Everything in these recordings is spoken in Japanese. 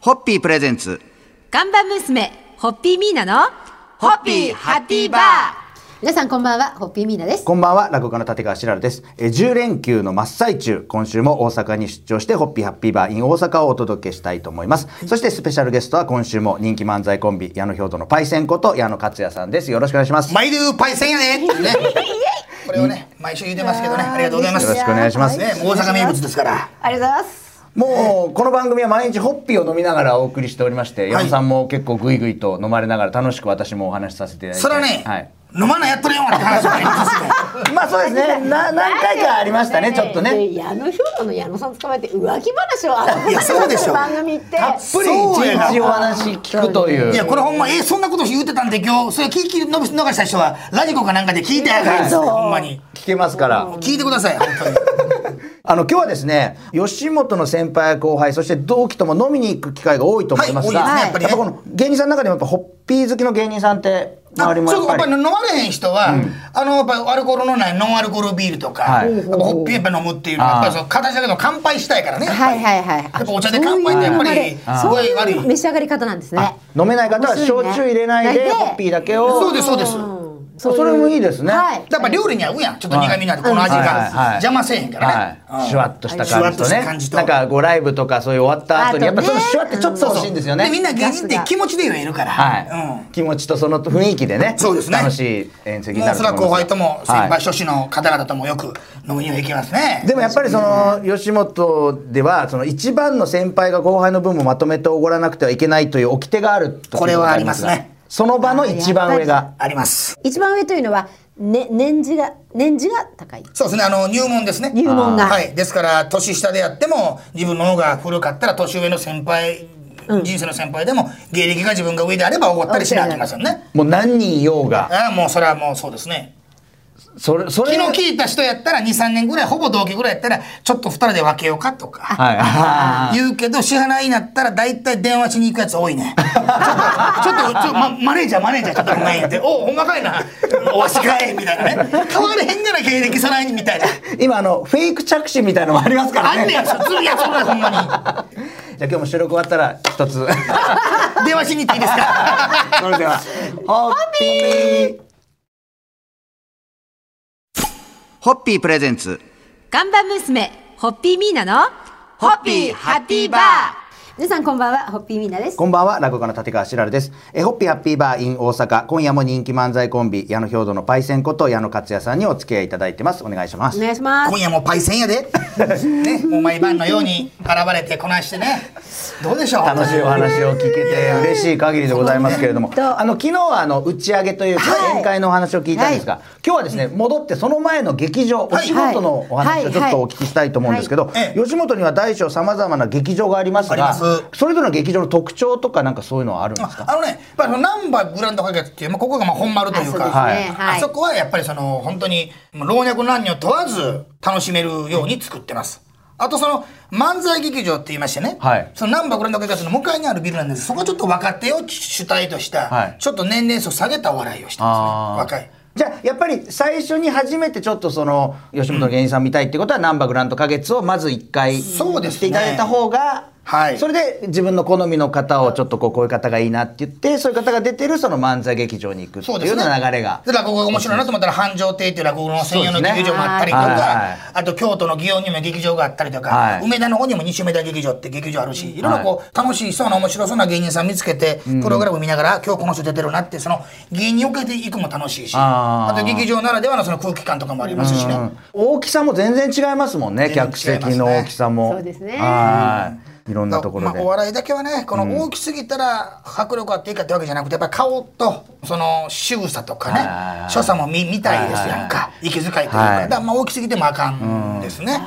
ホッピープレゼンツ。ガンバ娘、ホッピーミーナの、ホッピーハッピーバー皆さんこんばんは、ホッピーミーナです。こんばんは、落語家の立川しらるです。えー、10連休の真っ最中、今週も大阪に出張して、ホッピーハッピーバー in 大阪をお届けしたいと思います。そしてスペシャルゲストは今週も人気漫才コンビ、矢野兵道のパイセンこと矢野克也さんです。よろしくお願いします。マイルーパイセンやね ってね。これをね、毎週言ってますけどね、ありがとうございます。よろしくお願いしますね、もう大阪名物ですから。ありがとうございます。もう、この番組は毎日ホッピーを飲みながらお送りしておりまして、矢野さんも結構グイグイと飲まれながら楽しく私もお話しさせていただいて。それはね、はい。飲まないやっとるよって話もありますね。まあそうですね。な何回かありましたね、ちょっとね。で矢野兵道の矢野さん捕まえて浮気話をあのいやそうでしょ番組っ てたっぷり一日お話聞くという。いや、これほんま、え、そんなこと言ってたんで、今日、それ聞き逃した人は、ラジコかなんかで聞いてやがら、そうほんまに。聞けますから。聞いてください、本 当に。あの今日はですね、吉本の先輩や後輩、そして同期とも飲みに行く機会が多いと思いますが、はい多いですねやっぱりねこの芸人さんの中でもやっぱホッピー好きの芸人さんって周りもちやょっっとやぱっぱりり。飲まれへん人は、あのやっぱりアルコールのないノンアルコールビールとか、はいやっぱホッピーやっぱ飲むっていうのはあーやっぱりその形だけど乾杯したいからねやっぱはいりはいはいやっぱお茶で乾杯ってやっぱりすごい悪い召し上がり方なんですね。飲めない方は面白焼いね酎入れない入でれてホッピーだけそうを。ですそうですそれもいいですね。はいやっぱ料理に合うやんちょっと苦味のあるこの味はいはいはいが邪魔せえへんからね、はい、シュワッとした感じとシュワッとしねた感じとなんかこうライブとかそういう終わった後にやっぱあとそのねシュワってちょっと欲しいんですよね、でみんな芸人って気持ちで言えるから、はい気持ちとその雰囲気でねそうですね楽しい演う席ん、にもなうるそとれはい思ます後輩とも先は輩い諸子の方々ともよく飲みには行きますねでもやっぱりその吉本ではその一番の先輩が後輩の分もまとめておごらなくてはいけないという掟があるとこれはありますね聞いたことがその場の一番上があります一番上というのは、ね、年次が年次が高いそうですね、あの入門ですね。入門がはい、ですから、年下であっても、自分の方が古かったら、年上の先輩。人生の先輩でも、芸歴が自分が上であれば、おごったりしなきゃいけませんね。もう何人いようがああ、もう、それはもう、そうですね。それそれ気の利いた人やったら、2、3年ぐらい、ほぼ同期ぐらいやったら、ちょっと2人で分けようかとか。はいあ言うけど、支払いになったら、大体電話しに行くやつ多いね。ちょっと、ちょっと、ちょまマネージャー、マネージャー、ちょっとごめんやって、お、ほんまかいな。わしかい、みたいなね。変われへんがな、芸歴さらに、みたいな。ー 今あのフェイク着信みたいのもありますかあらんねねや、そ、ずるいやつ、ほんまに。じゃあ今日も収録終わったら 一つ電話しに行っていいですかそれではホッピーホッピープレゼンツガンバ娘、ホッピーミーナの、ホッピーハッピーバー皆さんこんばんはホッピーミーナですこんばんは、落語家の立川しらるです。え、ホッピーハッピーバー in 大阪、今夜も人気漫才コンビ、矢野兵道のパイセンこと矢野克也さんにお付き合いいただいてます。お願いしまおす。願いします今夜もパイセンやでね、もう毎晩のように絡まれてこなしてねどうでしょう楽しいお話を聞けて嬉しい限りでございますけれども、当あの昨日はあの打ち上げというかはい宴会のお話を聞いたんですが、今日はですね戻ってその前の劇場、お仕事のお話をちょっとお聞きしたいと思うんですけど、いはい吉本には大小さまざまな劇場がありますありが、ますそれぞれの劇場の特徴とかなんかそういうのはあるんですか。あのね、まあ、難波グランド花月っていう、まあ、ここがまあ本丸というかあそうですねはいあそこはやっぱりその本当にまあ老若男女問わず楽しめるように作ってます。あとその漫才劇場って言いましてね、はいその難波グランド花月の向かいにあるビルなんですそこはちょっと若手を主体とした、はいちょっと年齢層下げたお笑いをしてあまーすね若い。じゃあやっぱり最初に初めてちょっとその吉本の芸人さん見たいってことは、ナンバーグランド花月をまず一回そうですねしていただいた方が、はいそれで自分の好みの方をちょっとこうこういう方がいいなって言ってそういう方が出てるその漫才劇場に行くってそういうですようね。な流れが。だからここが面白いなと思ったら繁盛亭っていう落語の専用の劇場もあったりとそうですねはいか、あと京都の祇園にも劇場があったりとはかい、梅田の方にも西梅田劇場って劇場あるし、いろいろこう楽しそうな面白そうな芸人さん見つけて、プログラム見ながら今日この人出てるなってその芸人を受けていくも楽しいし、ああーと劇場ならではのその空気感とかもありますしね。大きさも全然違いますもんね全然違い客ます席の大きさもそうですねはいいろんなところまあ、おで笑いだけはねこの大きすぎたら迫力あっていいかってわけじゃなくてやっぱり顔とその仕草とかはいはいはねい所作も見見たいですやんか息遣いというか,、はいだからまあ大きすぎてもあかんですね、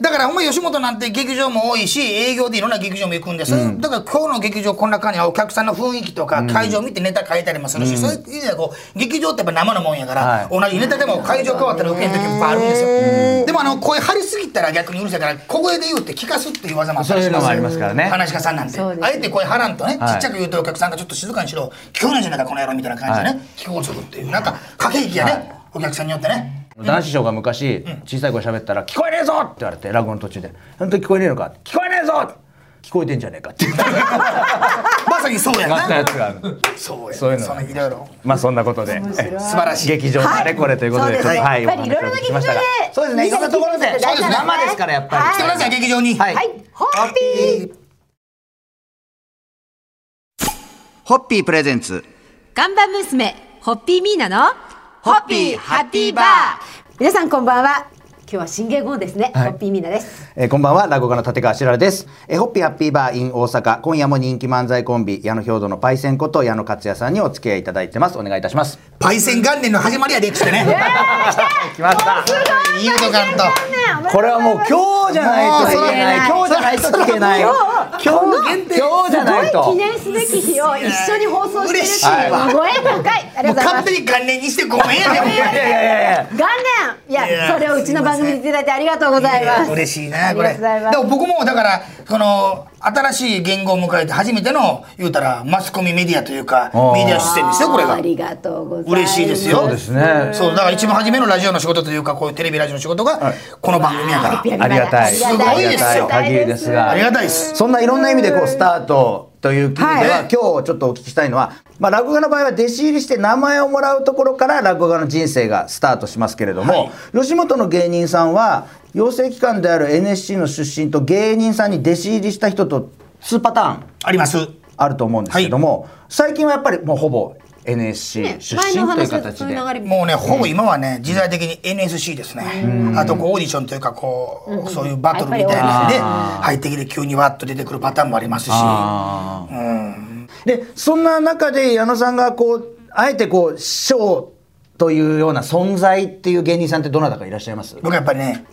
だからほんま吉本なんて劇場も多いし営業でいろんな劇場も行くんです、だから今日の劇場こんな感じお客さんの雰囲気とか会場見てネタ変えたりもするし、そういう意味ではこう劇場ってやっぱ生のもんやから、はい同じネタでも会場変わったら受ける時もいっぱいあるんですよ、でもあの声張りすぎたら逆にうるさいから小声で言うって聞かすっていう技もあったそうりいうしのまもすありますからね話し家さんなんでそうですあえて声張らんとね、はいちっちゃく言うとお客さんがちょっと静かにしろ今日なんじゃないかこの野郎みたいな感じでね、聞こうとするっていうなんか駆け引きやね、お客さんによってね男子師匠が昔小さい声喋ったら「聞こえねえぞ!」って言われて落語の途中で「本当に聞こえねえのか?」「聞こえねえぞ!」聞こえてんじゃねえかっていうまさにそうやなったやなつがあるそうやそういうのそのいろいろまあそんなことで素晴らしい劇場のあれこれということで、はいちょっとそうでお話すをお聞きしましたがそそううでねですすねいろんなところで見せていただいたらね生ですからやっぱり、はい来てください劇場にはいはい、ホッピー。ホッピープレゼンツガンバ娘、ホッピーミーナの、ホッピーハッピーバー皆さんこんばんは。今日は新元号ですね。はいホッピーミーナです。えーこんばんは、落語家の立川しららです。えーホッピーハッピーバー in 大阪、今夜も人気漫才コンビ、矢野兵道のパイセンこと矢野克也さんにお付き合いいただいてます。お願いいたします。パイセン元年の始まりやできてね来ました。いいことがあんとこれはもう今日じゃないと聞けない。そ今日じゃないと聞けない。今日限定。今日じゃないすごい記と。念すべき日を一緒に放送してる嬉ししいていう、わすごい高い。ありもうがとうございま勝す。手に元年にしてごめんやでほんまいやいやいやいや。元年いいやや、それをうちの番組にいただいてありがとうございます。嬉しいなありこがれとうございまでも僕もだからその新しい言語を迎えて初めての言うたらマスコミメディアというかあーメディアシステムですす。よこれがありがとうございます。嬉しいですよそうですねそうだから一番初めのラジオの仕事というかこういうテレビラジオの仕事がこの番組やからありがたい。ありがたいありがたいありがたい限りですが。ありがたいですそんないろんな意味でこうスタートという意味では、はい今日ちょっとお聞きしたいのは、まあ、落語家の場合は弟子入りして名前をもらうところから落語家の人生がスタートしますけれども、吉本の芸人さんは養成機関である NSC の出身と芸人さんに弟子入りした人と2パターンありますあると思うんですけども、最近はやっぱりもうほぼ NSC 出前身のおという話だと形そういで。う流れももうねほぼ今はね時代的に NSC ですね、あとこうオーディションというかこう、そういうバトルみたいなんで入ってきて急にわっと出てくるパターンもありますしあーでそんな中で矢野さんがこうあえてこう師匠というような存在っていう芸人さんってどなたかいらっしゃいます僕はやっぱりね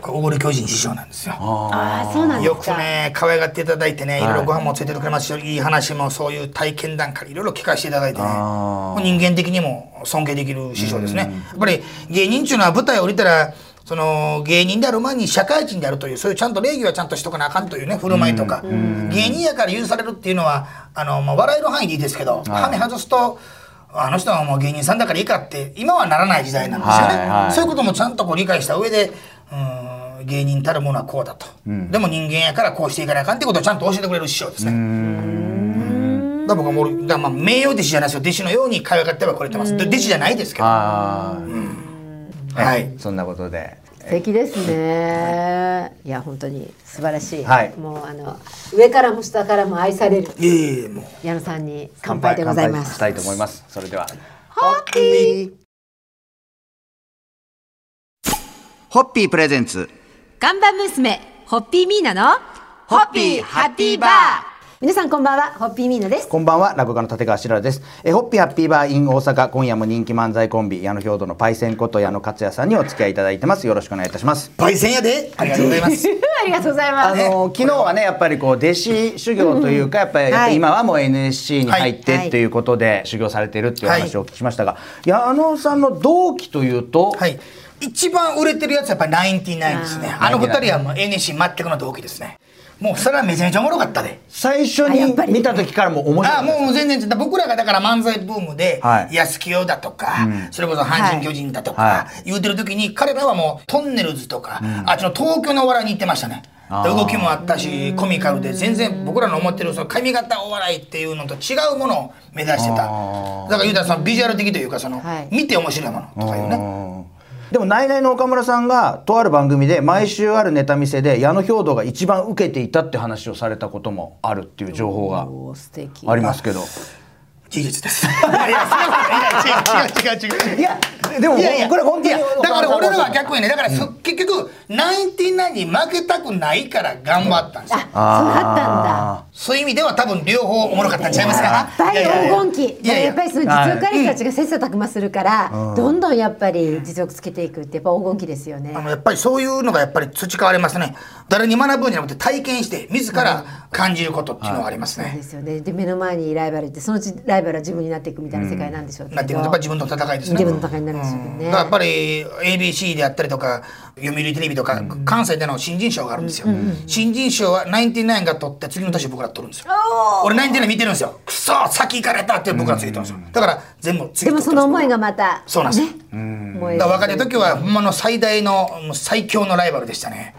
こうオール巨人師匠なんですよああ、そうなんでよすくか。ね可愛がっていただいてねいろいはろいご飯もついててくれますし、い、い話もそういう体験談からいろいろ聞かせていただいてねあ人間的にも尊敬できる師匠ですね、やっぱり芸人っていうのは舞台を降りたらその芸人である前に社会人であるというそういうちゃんと礼儀はちゃんとしとかなあかんというね振る舞いとか、芸人やから許されるっていうのはあの、まあ、笑える範囲でいいですけど、はめ外すとあの人はもう芸人さんだからいいかって今はならない時代なんですよね、はいはいそういうこともちゃんとこう理解した上で、うん、芸人たるものはこうだと、でも人間やからこうしていかなあかんってことをちゃんと教えてくれる師匠ですね。だから僕はもうだからまあ名誉弟子じゃないですよ弟子のように会話ってはくれてますで弟子じゃないですけどはあーいそんなことで素敵ですね。いや、本当に素晴らしい。はいもうあの上からも下からも愛されるいえいえもう矢野さんに乾杯でござい乾ま杯しす。たいと思いますそれではホッピー。ホッピープレゼンツガンバ娘、ホッピーミーナの、ホッピーハッピーバー皆さんこんばんは、ホッピーミーナです。こんばんは、落語家の立川しららです。えー、ホッピーハッピーバーイン大阪、今夜も人気漫才コンビ、矢野兵道のパイセンこと矢野克也さんにお付き合いいただいてます。よろしくお願いいたします。焙煎やでありがとうございますありがとうございあます。の昨日はねやっぱりこう弟子修行というかやっぱりやっぱり今はもう NSC に入っはていということで修行されてるっていう話をお聞きしましたが矢野さんの同期というとはい一番売れてるやつはやっぱりナインティナインですねあの二人はもう NC 全くの同期ですねもうそれはめちゃめちゃおもろかったで最初あやっにぱり見た時からもう面白あいもう全然だ僕らがだから漫才ブームではい安清だとか、それこそ阪神巨人だとか、は言うてる時に彼らはもうトンネルズとか、あっちの東京のお笑いに行ってましたねあー動きもあったしコミカルで全然僕らの思ってるその髪型お笑いっていうのと違うものを目指してただあーから言うたらそのビジュアル的というかその、はい見て面白いものとかいうねでもナイナイの岡村さんがとある番組で毎週あるネタ見せで矢野兵道が一番受けていたって話をされたこともあるっていう情報がおー素敵。ありますけど事実です。い やいや、そういや違う違う違う違う。いやでもいやいやこれ本当にいやだから俺らは逆にね、だからそ、結局ナインティナインに負けたくないから頑張ったんですよ。あ、そうだったんだ。そういう意味では多分両方おもろかったんちゃいますか。大黄金期いやいややっぱりその実力ある人たちが切磋琢磨するから、どんどんやっぱり実力つけていくってやっぱ黄金期ですよねあのやっぱりそういうのがやっぱり培われますね誰に学ぶんじゃなくて体験して自ら感じることっていうのはありますそうでね。すよねで目の前にライバルってそのうちライバルは自分になっていくみたいな世界なんでしょうけど、なってくるとやっぱり自分との戦いですね。自分の戦いになるんでしょうけどねだからやっぱり ABC であったりとか読売テレビとか関西での新人賞があるんですよ、新人賞はナインティナインが取って次の年僕ら取るんですよ俺ナインティナイン見てるんですよくそ先行かれたって僕ら次取るんですよだから全部次で取もってそるんでのすよ思いがまたそうなんですよね燃えるだから若手の時はほんまの最大のもう最強のライバルでしたね、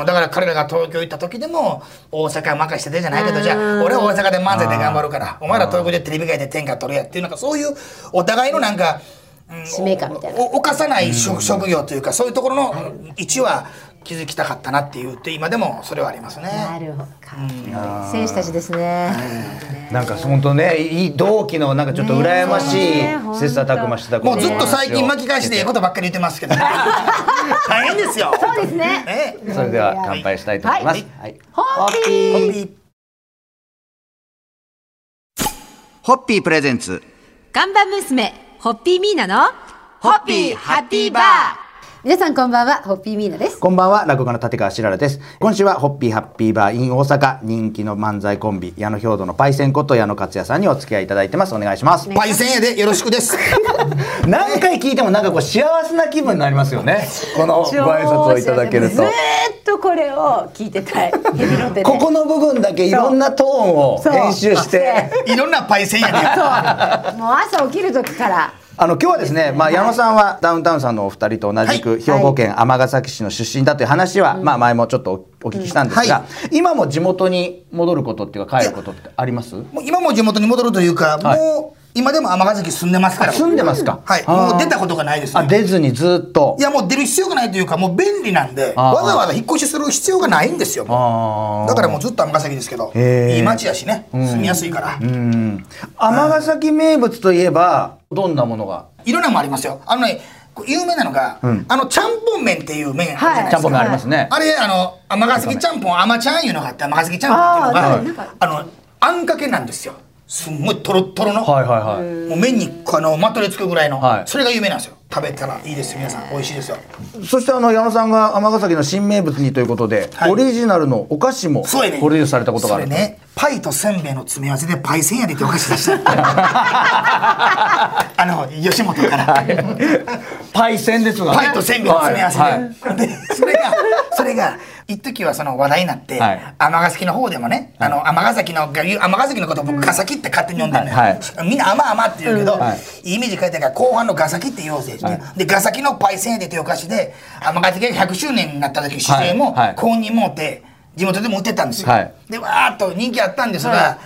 うん、だから彼らが東京行った時でも大阪任せてじゃないけどじゃあ俺は大阪で漫才で頑張るからお前ら東京でテレビ界で天下取るやっていうなんかそういうお互いのなんか、うん使命感みたいなおお犯さない職,、職業というかそういうところの位置は気づきたかったなっていうって今でもそれはありますね。なるほどかっこいい選手たちですねなんか本当ねいい同期のなんかちょっと羨ましいねえ本当切磋琢磨してた子ものうずっと最近巻き返してええことばっかり言ってますけど、 大変ですよ。そうですねねそれでは乾杯したいと思います、はいホッピーホッピープレゼンツガンバ娘、ホッピーミーナの、ホッピーハッピーバー皆さんこんばんはホッピーミーナですこんばんは、落語家の立川しららです。今週はホッピーハッピーバー in 大阪、人気の漫才コンビ、矢野兵道のパイセンこと矢野克也さんにお付き合いいただいてます。お願いします。パイセンやでよろしくです。 何回聞いてもなんかこう幸せな気分になりますよね。このご挨拶をいただけるずとー。っとこれを聞い てたいヘビロテでここの部分だけいろんなトーンをそう編集して。いろんなパイセンやね。もう朝起きる時からあの今日はですね、まあ、矢野さんはダウンタウンさんのお二人と同じはく兵庫県尼崎市の出身だという話は、まあ、前もちょっとお聞きしたんですが、は今も地元に戻ることっていうか帰ることってありますもう今も地元に戻るというか、はいもう今でも尼崎住んでますかあら。住んでますかはい。あーもう出たことがないです、あね。出ずにずっといやもう出る必要がないというか、もう便利なんで、あーわざわざ引っ越しする必要がないんですよ。もあうだからもうずっと尼崎ですけど、へーいい町やしね、住みやすいから。尼崎名物といえばどんなものがいろんなのもありますよ。あのね、こう有名なのが、あのちゃんぽん麺っていう麺あるじゃないではいすちゃかんぽんがありますね、あれあの尼崎ちゃんぽん甘ちゃんいうのがあって尼崎ちゃんぽんっていうのがあ,、のあんかけなんですよすんごいとろっとろの、はいはいはいもう麺にこうあのまとりつくぐらいの、はいそれが有名なんですよ食べたらいいですよ皆さん美味しいですよそしてあの矢野さんが尼崎の新名物にということで、はいオリジナルのお菓子もプそうやねロデュースされたことがあるそれねパイとせんべいの詰め合わせでパイせんやでってお菓子出した あの吉本から パイセンですがパイとせんべいの詰め合わせで,、はいはいでそれがそれが一時はその話題になってはい尼崎、の方でもねあの尼崎の尼崎のことを僕ガサキって勝手に呼んでるのよ、はいはいみんな「あまあま」って言うけど、んはいい、いイメージ書いてるから後半のガサキって言おうぜって、でガサキのパイセンやでっていうお菓子で尼崎が100周年になった時姿勢もはいはい公認もうて地元でも売ってたんですよ、はいでわーっと人気あったんですが、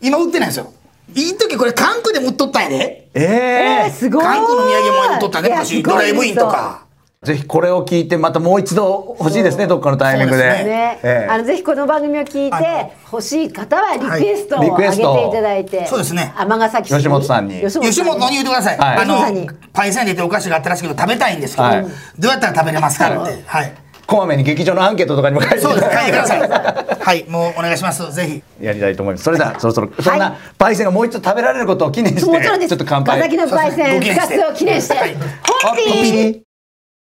今売ってないんですよいい時これ韓国でも売っとったんやでええーえすごい韓国の土産も売っとったねいや昔ドライブインとか。ぜひこれを聞いてまたもう一度欲しいですねどっかのタイミングでそうですね、ええあのぜひこの番組を聞いあて欲しい方はリクエストをはいリクエ上げてスいトをただいて、そうですね尼崎市に吉本さんに吉吉本に言うてください、はいあの吉本さんにパイセンでってお菓子があったらしいけど食べたいんですけど、はいどうやったら食べれますかってはいこまめに劇場のアンケートとかにも書いて、そうです書いてください はいもうお願いしますぜひやりたいと思いますそれではそろそろそんなパイセンがもう一度食べられることを記念してもちろんですちょっと乾杯ガサキの焙そう煎ですね復活を記念して、はいホッピーー